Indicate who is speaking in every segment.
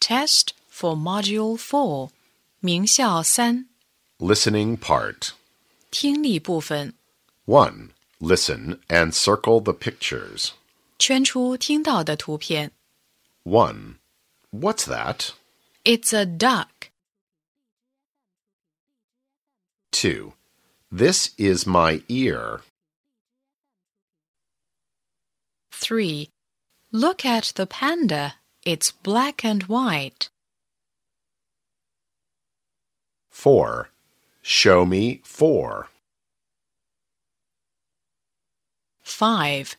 Speaker 1: Test for Module 4, 名校三
Speaker 2: Listening part.
Speaker 1: 听力部分，
Speaker 2: 1. Listen and circle the pictures.
Speaker 1: 圈出听到的图片。
Speaker 2: 1. What's that?
Speaker 1: It's a duck.
Speaker 2: 2. This is my ear.
Speaker 1: 3. Look at the panda. It's black and white.
Speaker 2: 4. Show me 4.
Speaker 1: 5.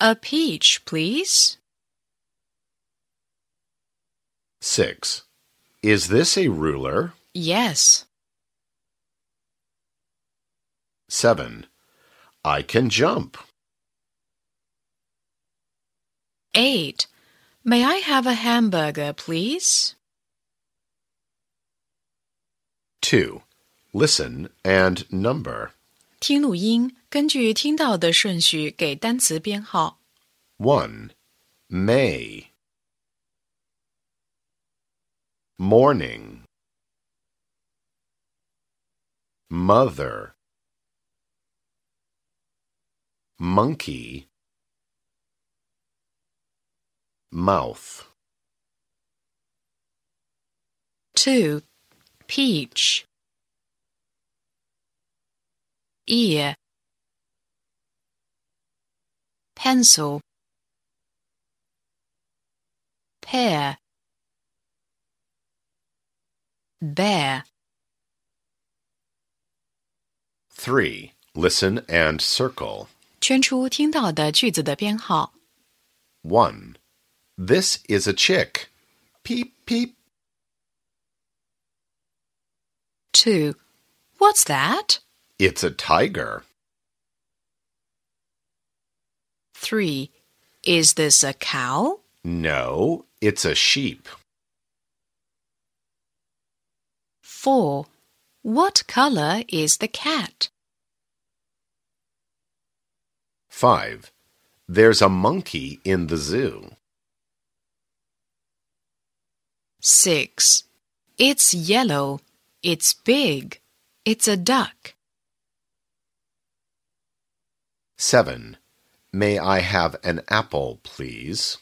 Speaker 1: A peach, please.
Speaker 2: 6. Is this a ruler?
Speaker 1: Yes.
Speaker 2: 7. I can jump.
Speaker 1: 8. May I have a hamburger, please?
Speaker 2: 2. Listen and number.
Speaker 1: 听录音，根据听到的顺序给单词编号。
Speaker 2: 1. May. Morning. Mother. Monkey. Mouth.
Speaker 1: 2. Peach. Ear. Pencil. Pear. Bear.
Speaker 2: 3. Listen and circle.
Speaker 1: 圈出听到的句子的编号。
Speaker 2: 1. This is a chick. Peep, peep.
Speaker 1: 2. What's that?
Speaker 2: It's a tiger.
Speaker 1: 3. Is this a cow?
Speaker 2: No, it's a sheep.
Speaker 1: 4. What color is the cat?
Speaker 2: 5. There's a monkey in the zoo.
Speaker 1: 6. It's yellow. It's big. It's a duck.
Speaker 2: 7. May I have an apple, please?